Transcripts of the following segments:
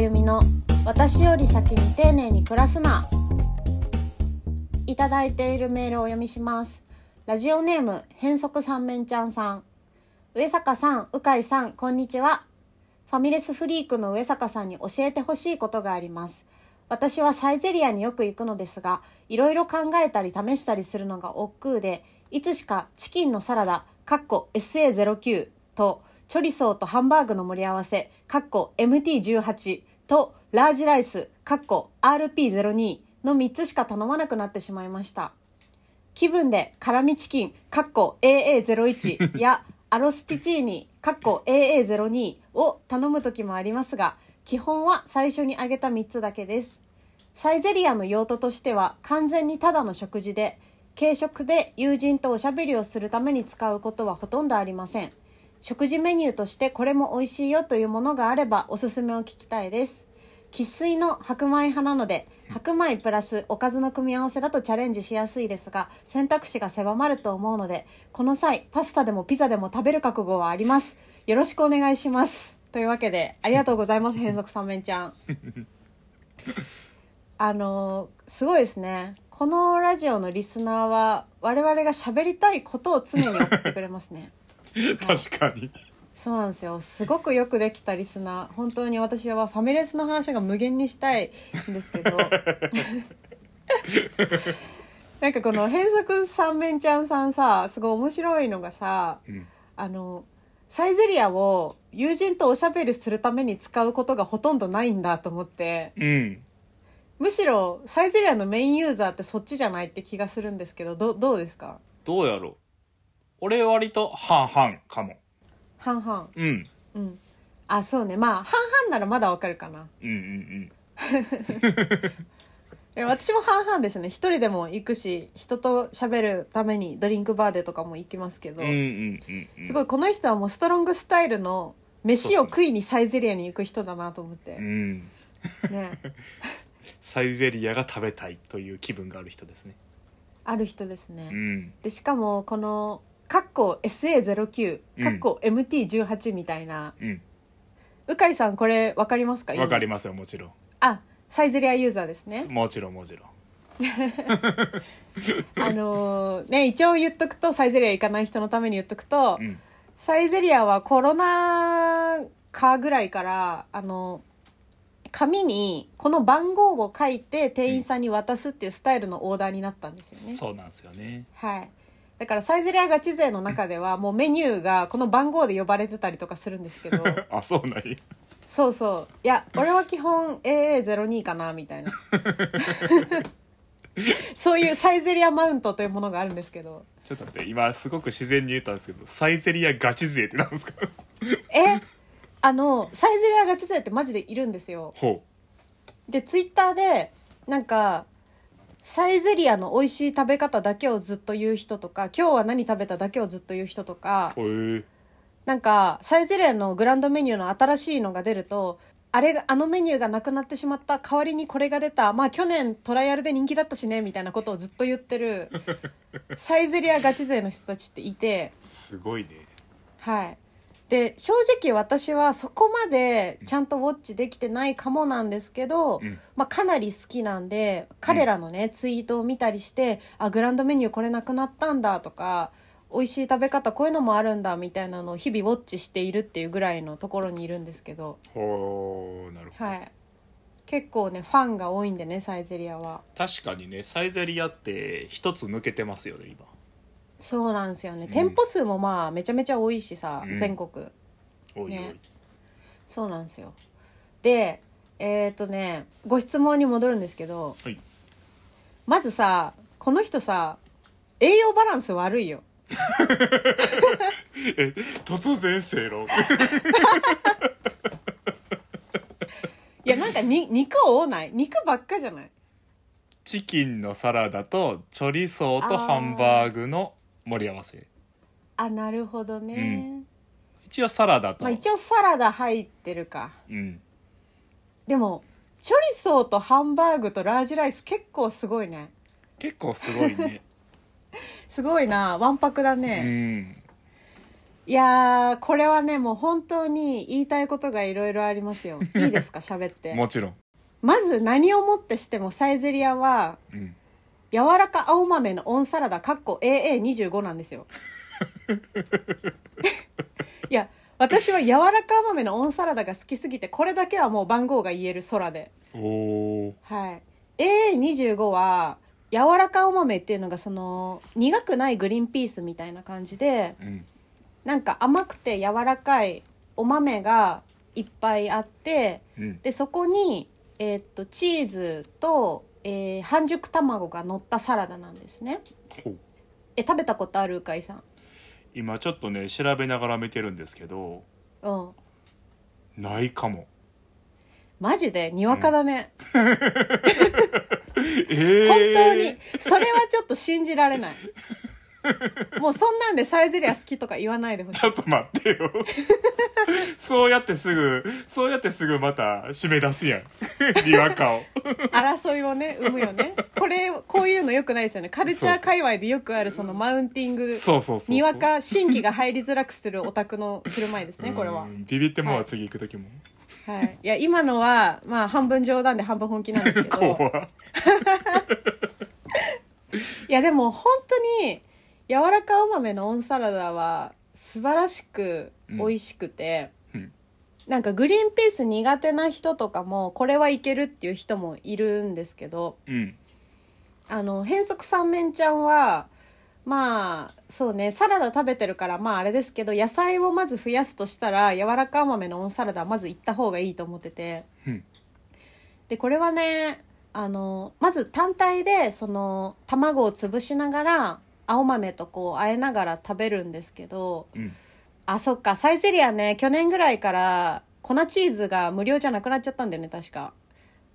ゆみの私より先に丁寧に暮らすないただいているメールをお読みしますラジオネーム変則三面ちゃんさん上坂さん鵜飼さんこんにちはファミレスフリークの上坂さんに教えてほしいことがあります私はサイゼリアによく行くのですがいろいろ考えたり試したりするのが億劫でいつしかチキンのサラダかっこ SA09 とチョリソーとハンバーグの盛り合わせかっこ MT18 とラージライスかっこ RP02 の3つしか頼まなくなってしまいました気分で辛味チキンかっこ AA01 やアロスティチーニかっこ AA02 を頼む時もありますが基本は最初に挙げた3つだけですサイゼリアの用途としては完全にただの食事で軽食で友人とおしゃべりをするために使うことはほとんどありません食事メニューとしてこれも美味しいよというものがあればおすすめを聞きたいです生粋の白米派なので白米プラスおかずの組み合わせだとチャレンジしやすいですが選択肢が狭まると思うのでこの際パスタでもピザでも食べる覚悟はありますよろしくお願いしますというわけでありがとうございます変則三面ちゃんあのーすごいですねこのラジオのリスナーは我々が喋りたいことを常に送ってくれますね 確かにそうなんですよすごくよくできたリスナー本当に私はファミレスの話が無限にしたいんですけどなんかこの変則三面ちゃんさんさすごい面白いのがさうんあのサイゼリアを友人とおしゃべりするために使うことがほとんどないんだと思ってうんむしろサイゼリアのメインユーザーってそっちじゃないって気がするんですけどどどうですかどうやろう俺割と半々かも半々うんうんあそうねまあ半々ならまだわかるかなうんうんえ私も半々ですね一人でも行くし人と喋るためにドリンクバーでとかも行きますけうど、んうんうんうんうんすごいこの人はもうストロングスタイルの飯を食いにサイゼリアに行く人だなと思っうて、んねサイゼリアが食べたいという気分がある人ですねある人ですね、うんでしかもこの「かっこ SA09」「かっこ MT18」みたいなうん鵜飼、さんこれ分かりますかわかりまますよもちろん、すあサイゼリアユーザーですねもちろんもちろんあのーね一応言っとくとサイゼリア行かない人のために言っとくと、うんサイゼリアはコロナ禍ぐらいからあの紙にこの番号を書いて店員さんに渡すっていうスタイルのオーダーになったんですよね。そうなんですよねはいだからサイゼリアガチ勢の中ではもうメニューがこの番号で呼ばれてたりとかするん ですけどあそうなんやそうそういや俺は基本 AA02 かなみたい なそういうサイゼリアマウントというものがあるんですけどちょっと待って今すごく自然に言ったんですけどサイゼリアガチ勢ってなんですかえあのサイゼリアガチ勢ってマジでいるんですよほでツイッターでなんかサイゼリアの美味しい食べ方だけをずっと言う人とか今日は何食べただけをずっと言う人とかうへえなんかサイゼリアのグランドメニューの新しいのが出るとあれがあのメニューがなくなってしまった代わりにこれが出たまあ去年トライアルで人気だったしねみたいなことをずっと言ってるサイゼリアガチ勢の人たちっていて。すごいねはい、で正直私はそこまでちゃんとウォッチできてないかもなんですけど、うんまあ、かなり好きなんで彼らのね、ツイートを見たりしてあグランドメニューこれなくなったんだとか美味しい食べ方こういうのもあるんだみたいなのを日々ウォッチしているっていうぐらいのところにいるんですけど、ほうなるほど、はい、結構ねファンが多いんでねサイゼリアは。確かにねサイゼリアって一つ抜けてますよね今そうなんですよね、うん店舗数もまあめちゃめちゃ多いしさ、うん全国おいおい、ねそうなんですよでえっ、とねご質問に戻るんですけど、はい まずさこの人さ栄養バランス悪いよえ突然正論いやなんかに肉多ない肉ばっかじゃない チキンのサラダとチョリソーとハンバーグの盛り合わせあなるほどね、うん一応サラダと、まあ一応サラダ入ってるかうんでもチョリソーとハンバーグとラージライス結構すごいね結構すごいねすごいなわんぱくだう ね、んいやーこれはねもう本当に言いたいことがいろいろありますよいいです か喋ってもちろん、まず何をもってしてもサイゼリアはうん、柔らか青豆のオンサラダかっこ AA25 なんですよ いや私は柔らか青豆のオンサラダが好きすぎてこれだけはもう番号が言える空でおーはい AA25 は柔らか青豆っていうのがその苦くないグリーンピースみたいな感じでうんなんか甘くて柔らかいお豆がいっぱいあってうんでそこに、えーっとチーズと、えー半熟卵が乗ったサラダなんですねほうえ食べたことあるうかいさん今ちょっとね調べながら見てるんですけどうんないかもマジでにわかだね、え本ー、当にそれはちょっと信じられ ないもうそんなんでサイゼリア好きとか言わないでほしい ちょっと待ってよそうやってすぐそうやってすぐまた締め出すやん にわか を争いをね生むよねこれこういうのよくないですよねカルチャー界隈でよくあるそのマウンティングそうそうそうそうにわか新規が入りづらくするオタクの振る舞いですねこれはう。んビビってもうはい次行く時も、はい、いや今のはまあ半分冗談で半分本気なんですけど怖いやでも本当に柔らかお豆のオンサラダは素晴らしく美味しくて、うんなんかグリーンピース苦手な人とかもこれはいけるっていう人もいるんですけどうんあの変則三面ちゃんはまあそうねサラダ食べてるからまああれですけど野菜をまず増やすとしたら柔らかお豆のオンサラダはまず行った方がいいと思ってて。うんでこれはねあのまず単体でその卵を潰しながら青豆とこう和えながら食べるんですけどうんあそっかサイゼリアね去年ぐらいから粉チーズが無料じゃなくなっちゃったんだよね確か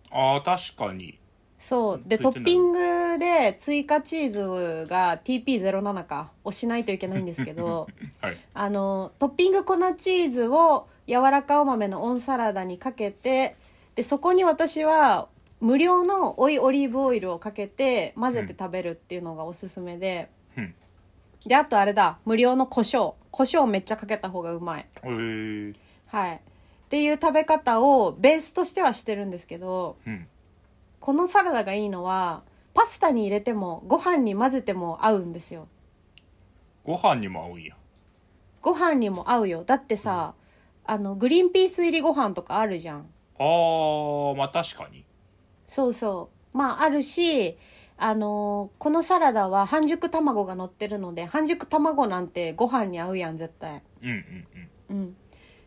あー確かにそうでついてなトいッピングで追加チーズが TP07 かをしないといけないんですけ どはいあのトッピング粉チーズを柔らかお豆のオンサラダにかけてでそこに私は無料のオイオリーブオイルをかけて混ぜて食べるっていうのがおすすめで、うんであとあれだ無料の胡椒胡椒めっちゃかけた方がうまいえー、はいっていう食べ方をベースとしてはしてるんですけどうんこのサラダがいいのはパスタに入れてもご飯に混ぜても合うんですよご飯にも合うんやご飯にも合うよだってさ、あのグリーンピース入りご飯とかあるじゃんあーまあ確かにそうそうまああるしあのーこのサラダは半熟卵が乗ってるので半熟卵なんてご飯に合うやん絶対うんうんうんうん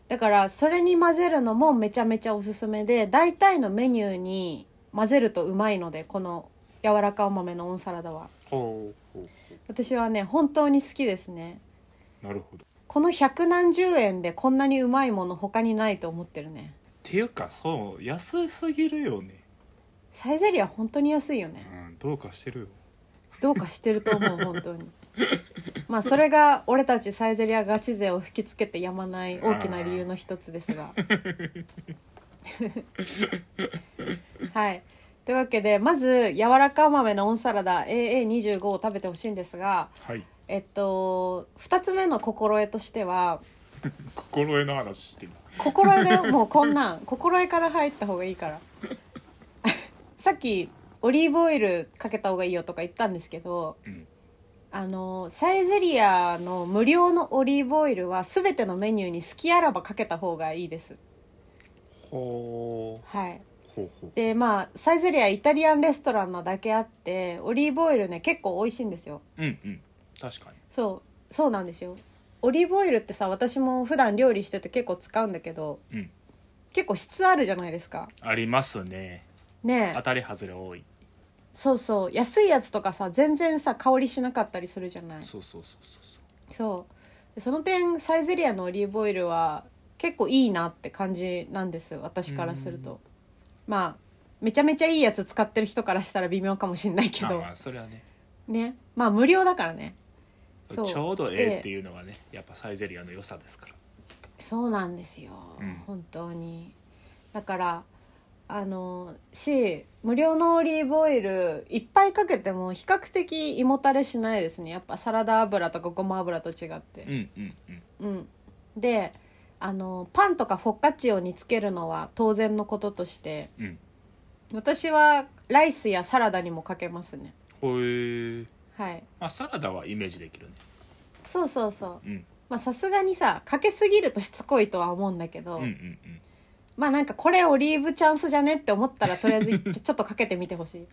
だからそれに混ぜるのもめちゃめちゃおすすめで大体のメニューに混ぜるとうまいのでこの柔らかお豆のオンサラダはほうほうほ私はね本当に好きですねうなるほどっこの百何十円でこんなにうまいもの他にないと思ってるねていうかそう安すぎるよねサイゼリア本当に安いようねんどうかしてるよどうかしてると思う本当にまあそれが俺たちサイゼリアガチ勢を引きつけてやまない大きな理由の一つですがはいというわけでまず柔らか豆のオンサラダ AA25 を食べてほしいんですがはいえっと2つ目の心得としては心得の話してる心得だよもうこんなん心得から入った方がいいから さっきオリーブオイルかけた方がいいよとか言ったんですけどうんあのサイゼリアの無料のオリーブオイルは全てのメニューに好きあらばかけた方がいいですほうはいほうほうでまあサイゼリアイタリアンレストランなだけあってオリーブオイルね結構美味しいんですようんうん確かにそうそうなんですよオリーブオイルってさ私も普段料理してて結構使うんだけど、うん結構質あるじゃないですかありますねねえ当たり外れ多いそうそう安いやつとかさ全然さ香りしなかったりするじゃないそうそうそうそうそうそうでその点サイゼリアのオリーブオイルは結構いいなって感じなんです私からするうとまあめちゃめちゃいいやつ使ってる人からしたら微妙かもしんないけまあどまあそれはねねまあ無料だからねそうちょうどええっていうのがねやっぱサイゼリアの良さですからそうなんですよ、うん本当にだからあのし無料のオリーブオイルいっぱいかけても比較的胃もたれしないですねやっぱサラダ油とかごま油と違ってう、んうんうんうん、であのパンとかフォッカッチオにつけるのは当然のこととしてうん私はライスやサラダにもかけますねほえはいまあサラダはイメージできるねそうそうそううんまあさすがにさかけすぎるとしつこいとは思うんだけど、うんうんうんまあなんかこれオリーブチャンスじゃねって思ったらとりあえず ちょちょっとかけてみてほし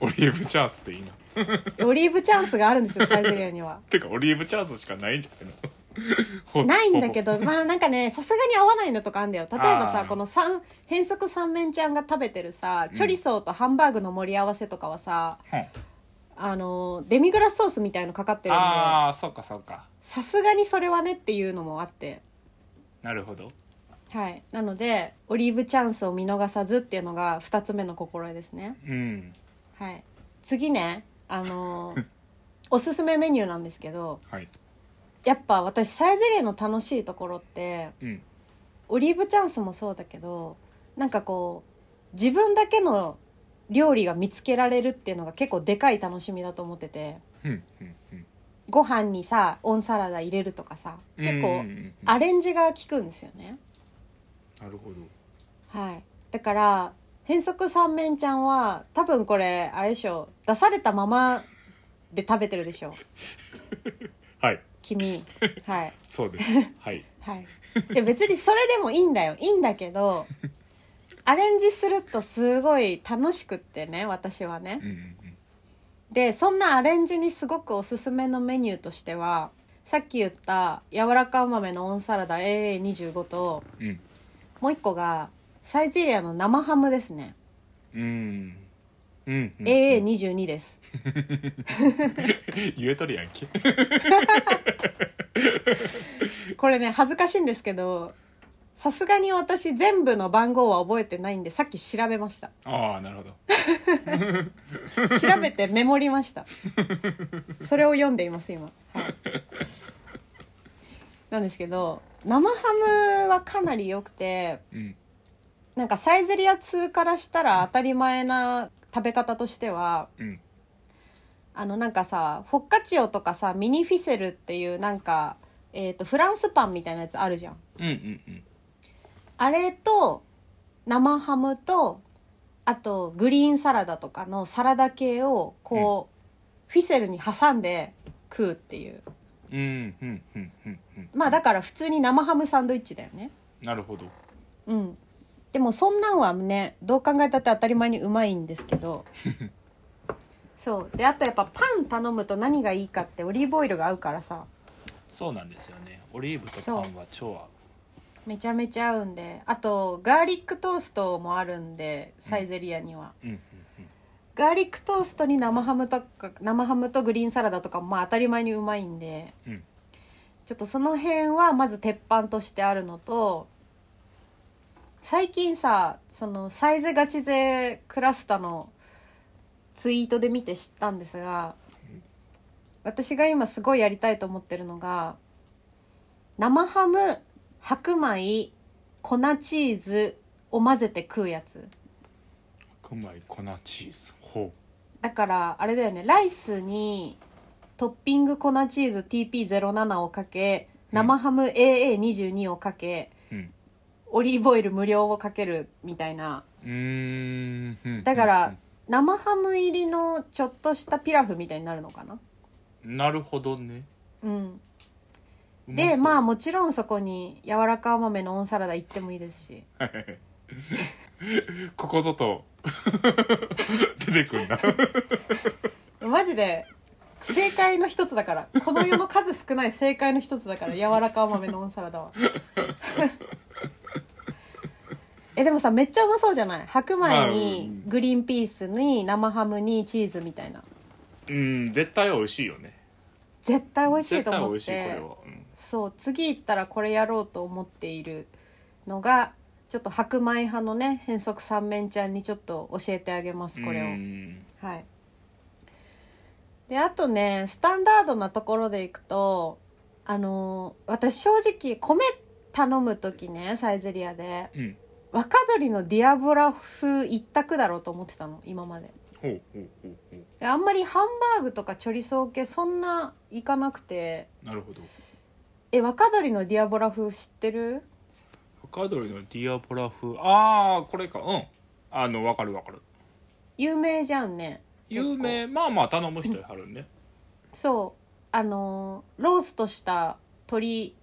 オリーブチャンスっていいないオリーブチャンスがあるんですよサイゼリアに はてかオリーブチャンスしかないんじゃないの ほないんだけ ほどまあなんかねさすがに合わないのとかあんだよ例えばあさーこの三変則三面ちゃんが食べてるさうんチョリソーとハンバーグの盛り合わせとかはさ、ほほあのデミグラスソースみたいのかかってるんでああそうかそうかさすがにそれはねっていうのもあってなるほどはい、なのでオリーブチャンスを見逃さずっていうのが2つ目の心得ですね、うんはい、次ねあのーおすすめメニューなんですけどはいやっぱ私サイゼリヤの楽しいところってうんオリーブチャンスもそうだけどなんかこう自分だけの料理が見つけられるっていうのが結構でかい楽しみだと思っててうんうんうんご飯にさオンサラダ入れるとかさ結う構んうんうんアレンジが効くんですよね。なるほどはい、だから変則三面ちゃんは多分これあれでしょ出されたままで食べてるでしょはい君はいそうです はいはいいや別にそれでもいいんだよいいんだけどアレンジするとすごい楽しくってね私はねうんうんでそんなアレンジにすごくおすすめのメニューとしてはさっき言った柔らか豆のオンサラダ AA25 とうんうんもう一個がサイゼリアの生ハムですね、うんうんうん AA22 です言えとるやんけこれね恥ずかしいんですけどさすがに私全部の番号は覚えてないんでさっき調べましたああなるほど調べてメモりま したそれを読んでいます今、はいなんですけど生ハムはかなり良くてうんなんかサイゼリヤ通からしたら当たり前な食べ方としてはうんあのなんかさフォッカチオとかさミニフィセルっていうなんか、えー、とフランスパンみたいなやつあるじゃんうんうんうんあれと生ハムとあとグリーンサラダとかのサラダ系をこう、フィセルに挟んで食うっていううんうんうんうんうんまあだから普通に生ハムサンドイッチだよねなるほどうんでもそんなんはねどう考えたって当たり前にうまいんですけどそうであとやっぱパン頼むと何がいいかってオリーブオイルが合うからさそうなんですよねオリーブとパンは超合うめちゃめちゃ合うんであとガーリックトーストもあるんでサイゼリアには、うんうんガーリックトーストに生ハムとか生ハムとグリーンサラダとかもまあ当たり前にうまいんでうんうんちょっとその辺はまず鉄板としてあるのと最近さそのサイズガチ勢クラスタのツイートで見て知ったんですが私が今すごいやりたいと思ってるのが生ハム白米粉チーズを混ぜて食うやつ。白米粉チーズほだからあれだよねライスにトッピング粉チーズ TP07 をかけうん生ハム AA22 をかけ、ううんオリーブオイル無料をかけるみたいなうーんうんだから生ハム入りのちょっとしたピラフみたいになるのかなうんなるほどねうんうまそうでまあもちろんそこに柔らか豆のオンサラダいってもいいですしここぞと出てくんだマジで正解の一つだからこの世の数少ない正解の一つだから柔らか豆のオンサラダは えでもさめっちゃうまそうじゃない白米まにあうんグリーンピースに生ハムにチーズみたいなうん絶対美味しいよね絶対美味しい絶と対美思っ味しいこれてはうんそう次行ったらこれやろうと思っているのがちょっと白米派のね変則三面ちゃんにちょっと教えてあげますこれをう。んはい、であとねスタンダードなところでいくとあのー私正直米頼む時ねサイゼリヤでうん若鳥のディアボラ風一択だろうと思ってたの今までほうほうほうほであんまりハンバーグとかチョリソー系そんないかなくてうなるほどえ若鳥のディアボラ風知ってる若鳥のディアボラ風ああこれかうんあのわかるわかる有名じゃんね結構有名まあまあ頼む人やはるねそうあのーローストした鶏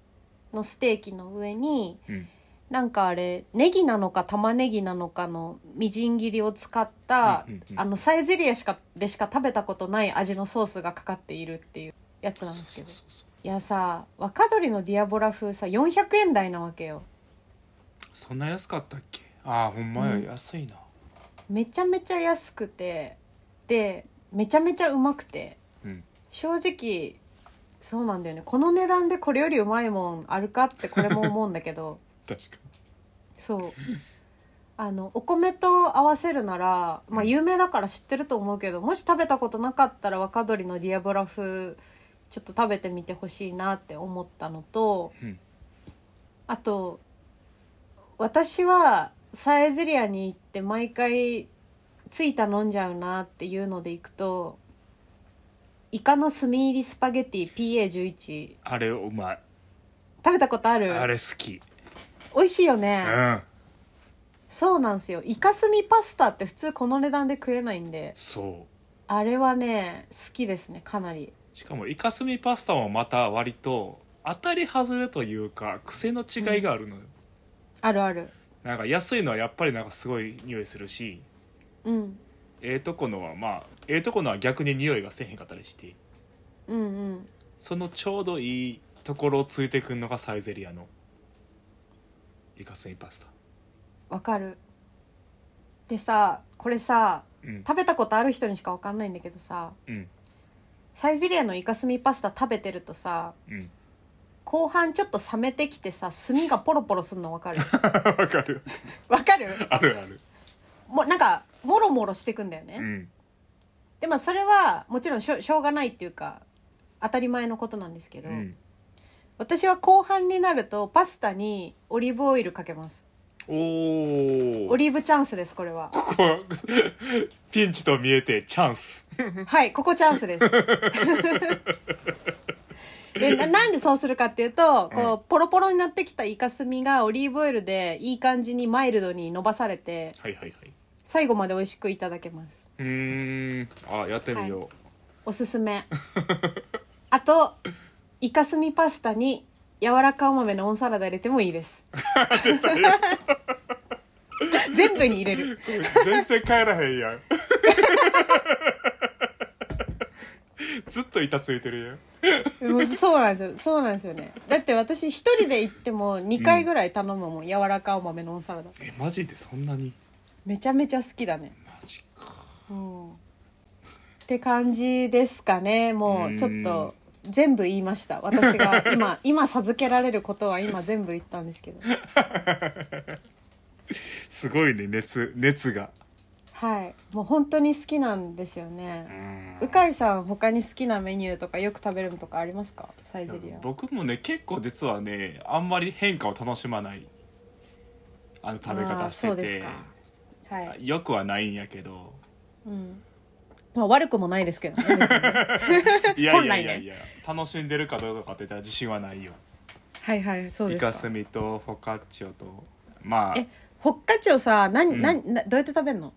のステーキの上にうんなんかあれネギなのか玉ねぎなのかのみじん切りを使った、うんうんうんあのサイゼリヤしかでしか食べたことない味のソースがかかっているっていうやつなんですけどそうそいうやさ若鶏のディアボラ風さ400円台なわけよそんな安かったっけああほんまや、うん安いなめちゃめちゃ安くてでめちゃめちゃうまくてうん正直そうなんだよねこの値段でこれよりうまいもんあるかってこれも思うんだけど確かそうあのお米と合わせるならまあ有名だから知ってると思うけどもし食べたことなかったら若鶏のディアボラ風ちょっと食べてみてほしいなって思ったのとにうんあと私はサイゼリアに行って毎回ついた飲んじゃうなっていうので行くとイカの炭入りスパゲティ PA11 あれうまい食べたことあるあれ好き美味しいようね、んそうなんですよイカスミパスタって普通この値段で食えないんでそうあれはね好きですねかなりしかもイカスミパスタもまた割と当たり外れというか癖の違いがあるのよ、あるあるなんか安いのはやっぱりなんかすごい匂いするしうんええとこのはまあええとこのは逆に匂いがせえへんかったりしてうんうんそのちょうどいいところをついてくんのがサイゼリアのイカスミパスタわかるでさこれさうん食べたことある人にしかわかんないんだけどさうんサイゼリアのイカスミパスタ食べてるとさうん後半ちょっと冷めてきてさ炭がポロポロするの分 かる わかる分かるあるあるもうなんかもろもろしてくんだよね、うんでまあそれはもちろんしょしょうがないっていうか当たり前のことなんですけど、うん私は後半になるとパスタにオリーブオイルかけますおオおリーブチャンスですこれは ここピンチと見えてチャンスはいここチャンスですでななんでそうするかっていうとこうポロポロになってきたイカスミがオリーブオイルでいい感じにマイルドに伸ばされてはいはいはい最後まで美味しくいただけますうーんあやってみよう、おすすめあとイカスミパスタに柔らかお豆のオンサラダ入れてもいいです 全部に入れる全然帰らへんやん ずっと板ついてるやんもうそうなんですよそうなんですよねだって私一人で行っても2回ぐらい頼むもん、柔らかお豆のオンサラダえマジでそんなにめちゃめちゃ好きだねマジかうんって感じですかねもうちょっと全部言いました私が今今授けられることは今全部言ったんですけどすごいね熱熱がはいもう本当に好きなんですよね、うんうかいさん他に好きなメニューとかよく食べるのとかありますかサイゼリア僕もね結構実はねあんまり変化を楽しまないあの食べあ方ーしてそうですてかはい、よくはないんや けどうん、まあ悪くもないですけどね別にねいやい本や来いやねいや、楽しんでるかどうかって言ったら自信はないよはいはいそうイでカすスかミとフォカッチョとまあえホッカチョさ何、うん何などうやって食べるの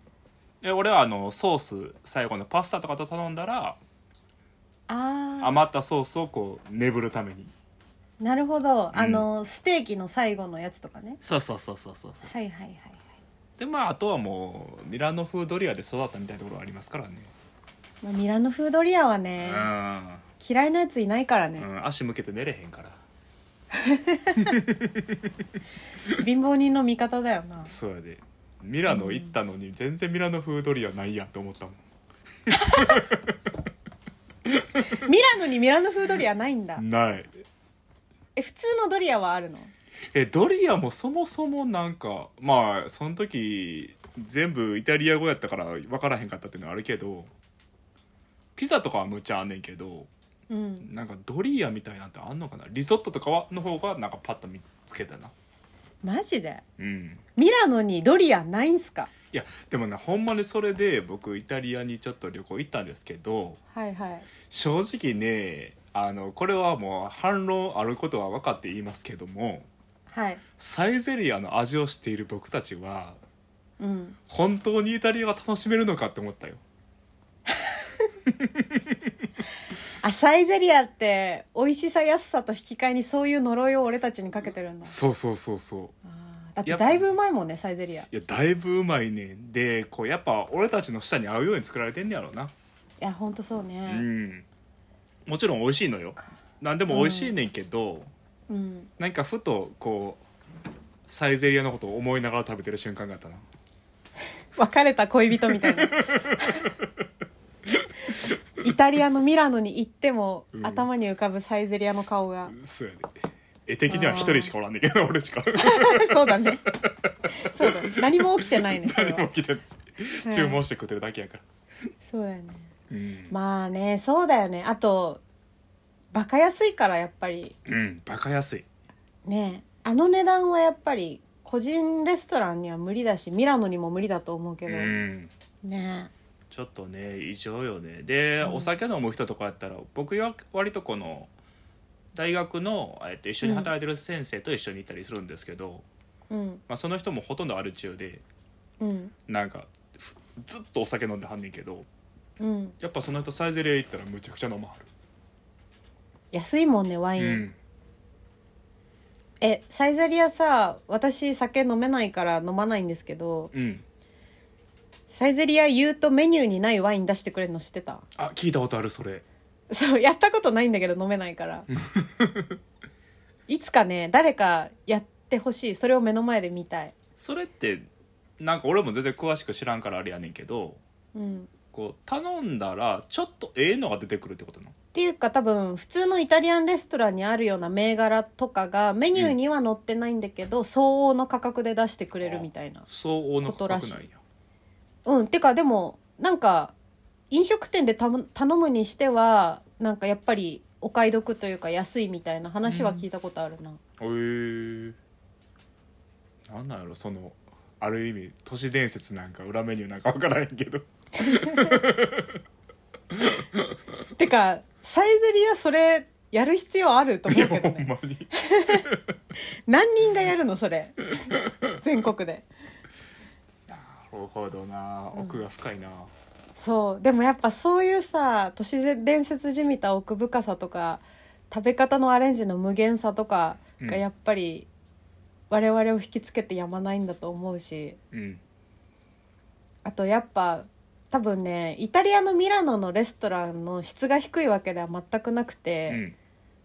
え俺はあのソース最後のパスタとかと頼んだらあ余ったソースをこう眠るためにあなるほど、あのステーキの最後のやつとかねそうそうそうそうそうそうはいはいはいはいでまああとはもうミラノ風ドリアで育ったみたいなところはありますからねまあミラノフードリアはね、う嫌いなやついないからね、ん、うん、足向けて寝れへんから貧乏人の味方だよなそうやでミラノ行ったのに全然ミラノ風ドリアないやんと思ったもん ミラノにミラノフードリアないんだ、ないえ普通のドリアはあるのえドリアもそもそもなんかまあその時全部イタリア語やったから分からへんかったっていうのはあるけどピザとかはむちゃあんねんけどうんなんかドリアみたいなんてあんのかなリゾットとかはの方がなんかパッと見つけたなマジでうんミラノにドリアンないんすかいやでもねほんまにそれで僕イタリアにちょっと旅行行ったんですけどはいはい正直ねあのこれはもう反論あることは分かって言いますけどもはいサイゼリアの味をしている僕たちはうん本当にイタリアが楽しめるのかって思ったよあサイゼリアって美味しさ安さと引き換えにそういう呪いを俺たちにかけてるんだそうそうそうそうあーだってだいぶうまいもんねサイゼリアいいやだいぶうまいねんでこうやっぱ俺たちの舌に合うように作られてんねやろうなやほんとそううねんもちろん美味しいのよ何でも美味しいねんけど、うん、なんかふとこうサイゼリアのことを思いながら食べてる瞬間があったな別れた恋人みたい なイタリアのミラノに行っても、うん頭に浮かぶサイゼリアの顔が そうやで絵的には一人しかおらんねんけど俺しかそうだねそうだね何も起きてないねそれ何もは来てない注文してくってるだけやから、そうだよねうん、まあねそうだよねあとバカ安いからやっぱりうんバカ安いねあの値段はやっぱり個人レストランには無理だしミラノにも無理だと思うけうど、んねちょっとね異常よねで、うんお酒飲む人とかやったら僕は割とこの大学の、えっと、一緒に働いてる先生と一緒に行ったりするんですけど、うんまあ、その人もほとんどアル中でうんなんかふずっとお酒飲んではんねんけどうんやっぱその人サイゼリア行ったらむちゃくちゃ飲まは安いもんねワイる、ン、うん、えサイゼリアさ私酒飲めないから飲まないんですけどうん、サイゼリア言うとメニューにないワイン出してくれるの知ってたあ聞いたことあるそれそうやったことないんだけど飲めないからいつかね誰かやってほしいそれを目の前で見たいそれってなんか俺も全然詳しく知らんからあれやねんけどうんこう頼んだらちょっとええのが出てくるってことなのっていうか多分普通のイタリアンレストランにあるような銘柄とかがメニューには載ってないんだけど、相応の価格で出してくれるみたいな相応の価格なんやうんてかでもなんか飲食店でたむ頼むにしてはなんかやっぱりお買い得というか安いみたいな話は聞いたことあるな、へえー、なんなんやろそのある意味都市伝説なんか裏メニューなんか分からへんけど てかサイゼリアそれやる必要あると思いやうけほどねん まに何人がやるのそれ全国でなるほどな奥が深いな、そうでもやっぱそういうさ都市伝説じみた奥深さとか食べ方のアレンジの無限さとかがうんやっぱり我々を引きつけてやまないんだと思うしうんあとやっぱ多分ねイタリアのミラノのレストランの質が低いわけでは全くなくうて、ん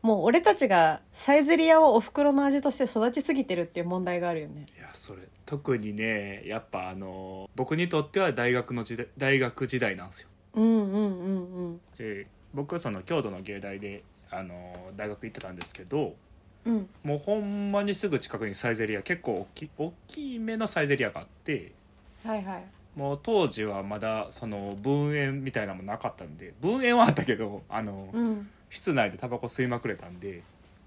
もう俺たちがサイゼリアをお袋の味として育ちすぎてるっていう問題があるよね。いやそれ特にねやっぱあの僕にとっては大学の時代大学時代なんですよ、うんうんうんうんで僕はその京都の芸大であの大学行ってたんですけどうんもうほんまにすぐ近くにサイゼリア結構大き大きめのサイゼリアがあってはいはいもう当時はまだその分煙みたいなのもなかったんで分煙はあったけどあの、うん室内でタバコ吸いまくれたんで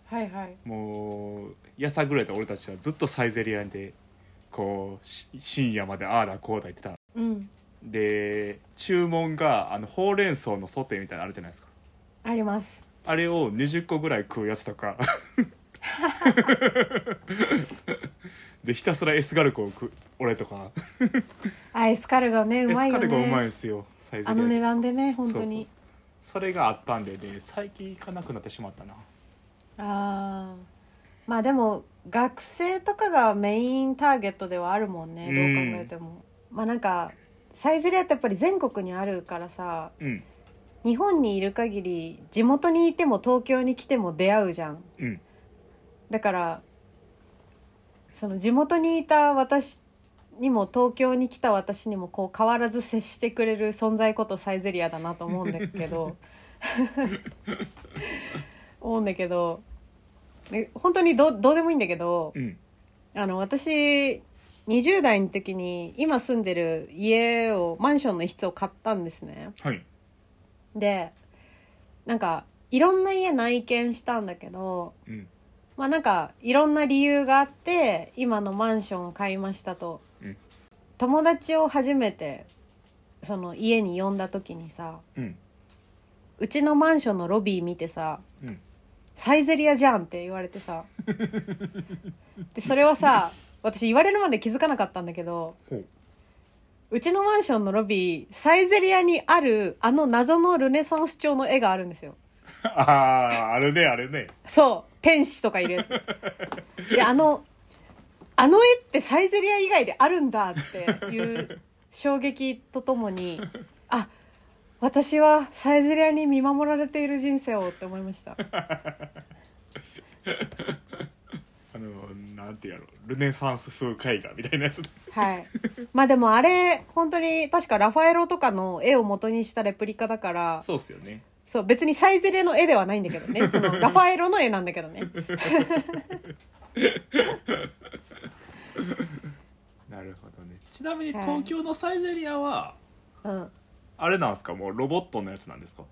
はいはいもうやさぐれた俺たちはずっとサイゼリアでこうし深夜までああだこうだ言ってたうんで注文があのほうれん草のソテーみたいなのあるじゃないですかありますあれを20個ぐらい食うやつと かでひたすらエスガルコを食う俺とかあエスカルゴねうエスまいよカねルコうまいんですよサイズあの値段でね本当にそうそうそれがあったんでね最近行かなくなってしまったなああまあでも学生とかがメインターゲットではあるもんねどう考えても、まあなんかサイゼリアってやっぱり全国にあるからさうん日本にいる限り地元にいても東京に来ても出会うじゃんうんだからその地元にいた私にも東京に来た私にもこう変わらず接してくれる存在ことサイゼリアだなと思うんだけど思うんだけどで本当にどどうでもいいんだけどうんあの私20代の時に今住んでる家をマンションの一室を買ったんですね。はいでなんかいろんな家内見したんだけどうんままあなんかいろんな理由があって今のマンションを買いましたと、うん友達を初めてその家に呼んだ時にさうんうちのマンションのロビー見てさうんサイゼリアじゃんって言われて さでそれはさ私言われるまで気づかなかったんだけどほ ううちのマンションのロビーサイゼリアにあるあの謎のルネサンス調の絵があるんですよあああれねあれねそう天使とかいるやつであのあの絵ってサイゼリア以外であるんだっていう衝撃とともにあ私はサイゼリアに見守られている人生をって思いましたあのなんてやろうルネサンス風絵画みたいなやつはいまあでもあれ本当に確かラファエロとかの絵を元にしたレプリカだからそうっすよねそう別にサイゼリアの絵ではないんだけどねそのラファエロの絵なんだけどねなるほどねちなみにはい東京のサイゼリアは、うんあれなんですかもうロボットのやつなんですか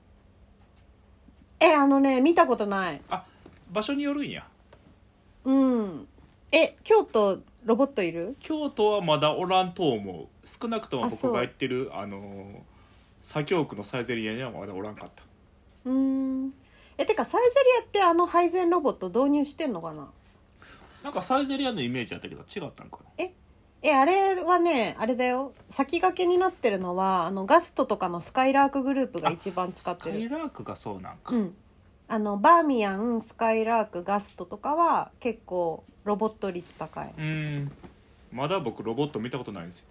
えあのね見たことないあ場所によるんやうんえ京都ロボットいる京都はまだおらんと思う少なくともあそ僕うが行ってるあのー左京区のサイゼリアにはまだおらんかったうーんえてかサイゼリアってあの配膳ロボット導入してんのかななんかサイゼリアのイメージだったけど違ったんかなえあれはねあれだよ先駆けになってるのはあのガストとかのスカイラークグループが一番使ってスカイるラークがそうなんか、うんあのバーミヤンスカイラークガストとかは結構ロボット率高いうんまだ僕ロボット見たことないんですよ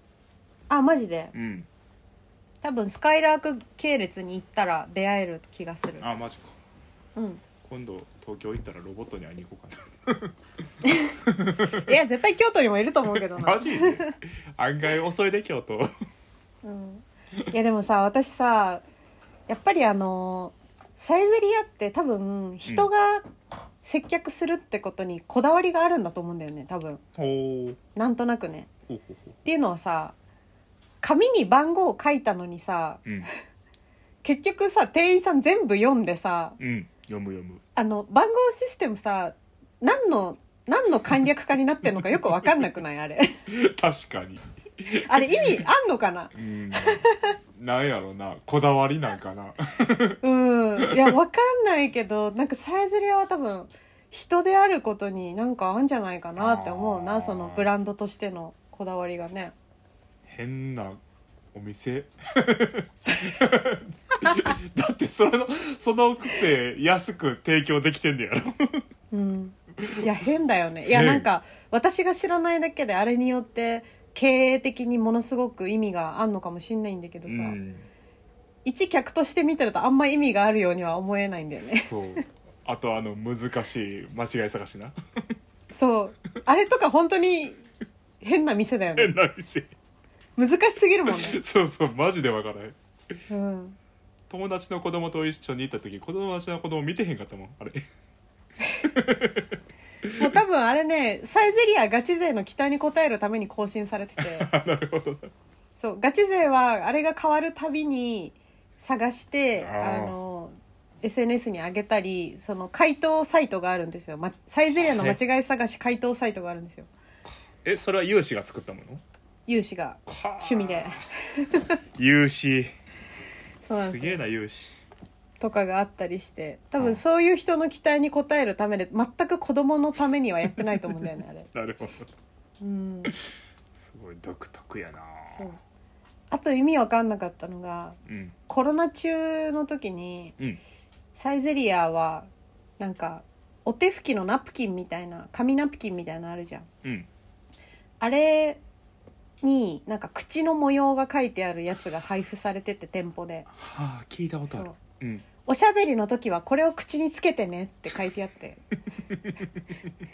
あマジでうん多分スカイラーク系列に行ったら出会える気がするあマジかうん今度東京行ったらロボットに会いに行こうかいや絶対京都にもいると思う けどななマジで 案外遅いで京都うんいやでもさ私さやっぱりあのサイゼリアって多分人が接客するってことにこだわりがあるんだと思うんだよね多分ほうなんとなくね。ほうほうほっていうのはさ紙に番号を書いたのにさううん結局さ店員さん全部読んでさうん読む読 むあの番号システムさ何の何の簡略化になってんのかよく分かんなくないあれ確かにあれ意味あんのかなうんなんやろなこだわりなんかなうんいやわかんないけどなんかサイゼリアは多分人であることになんかあんじゃないかなって思うあなーそのブランドとしてのこだわりがね変なお店 だってそのそのくせ安く提供できてんねやろうんいや変だよねいや変なんか私が知らないだけであれによって経営的にものすごく意味があんのかもしんないんだけどさ、一客として見てるとあんま意味があるようには思えないんだよ ねそうあとあの難しい間違い探しなそうあれとか本当に変な店だよ変ねな店難しすぎるもんね、そうそうマジでわからないうん、友達の子供と一緒に行った時子供達の子供見てへんかったもんあれ もう多分あれねサイゼリアガチ勢の期待に応えるために更新されて てあなるほどなそうガチ勢はあれが変わるたびに探してあーあの SNS に上げたりその回答サイトがあるんですよ、ま、サイゼリアの間違い探し回答サイトがあるんですよえそれは有志が作ったもの有志が趣味で有志そうなんすですげよえな有志とかがあったりして多う分んそういう人の期待に応えるためで全く子供のためにはやってないと思うんだよねあれなるほどうんすごい独特やなそうあと意味わかんなかったのがうんコロナ中の時にうんサイゼリアはなんかお手拭きのナプキンみたいな紙ナプキンみたいなのあるじゃんうんあれになんか口の模様が書いてあるやつが配布されてて店舗ではあ聞いたことそあるううんおしゃべりの時はこれを口につけてねって書いてあって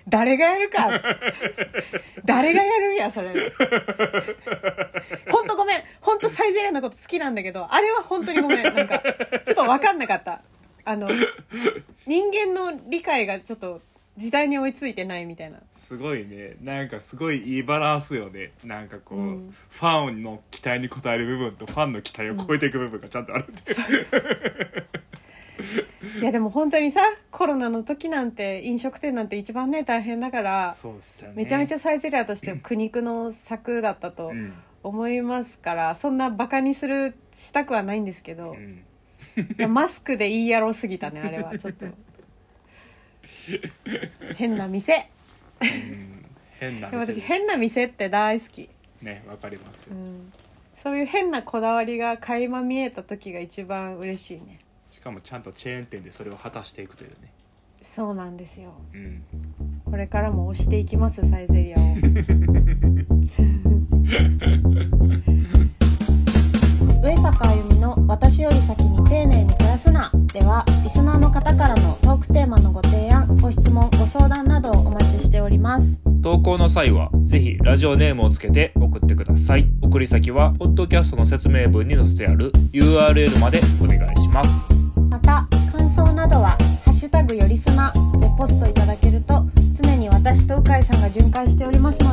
誰がやるか誰がやるんやそれほんとごめんほんとサイゼリアのこと好きなんだけどあれは本当にごめんなんかちょっと分かんなかったあの人間の理解がちょっと時代に追いついてないみたいなすごいねなんかすごいいいバランスよねなんかこう、うんファンの期待に応える部分とファンの期待を超えていく部分がちゃんとあるって、いやでも本当にさコロナの時なんて飲食店なんて一番ね大変だからそうっすよねめちゃめちゃ、ゃサイゼリアとして苦肉の策だったとうん思いますからそんなバカにするしたくはないんですけどう、ん、いやマスクでいいやろうすぎたねあれはちょっ と変な店うん変なでも店私変な店って大好き、ねわかりますうん、そういう変なこだわりが垣間見えた時が一番嬉しいねしかもちゃんとチェーン店でそれを果たしていくというねそうなんですようんこれからも押していきますサイゼリアを上坂あゆみの「私より先に丁寧に暮らすな」ではリスナーの方からのトークテーマのご提案ご質問ご相談などをお待ちしております投稿の際は、ぜひラジオネームをつけて送ってください。送り先は、ポッドキャストの説明文に載せてある URL までお願いします。また感想などは「ハッシュタグよりすな」でポストいただけると常に私と鵜飼さんが巡回しておりますので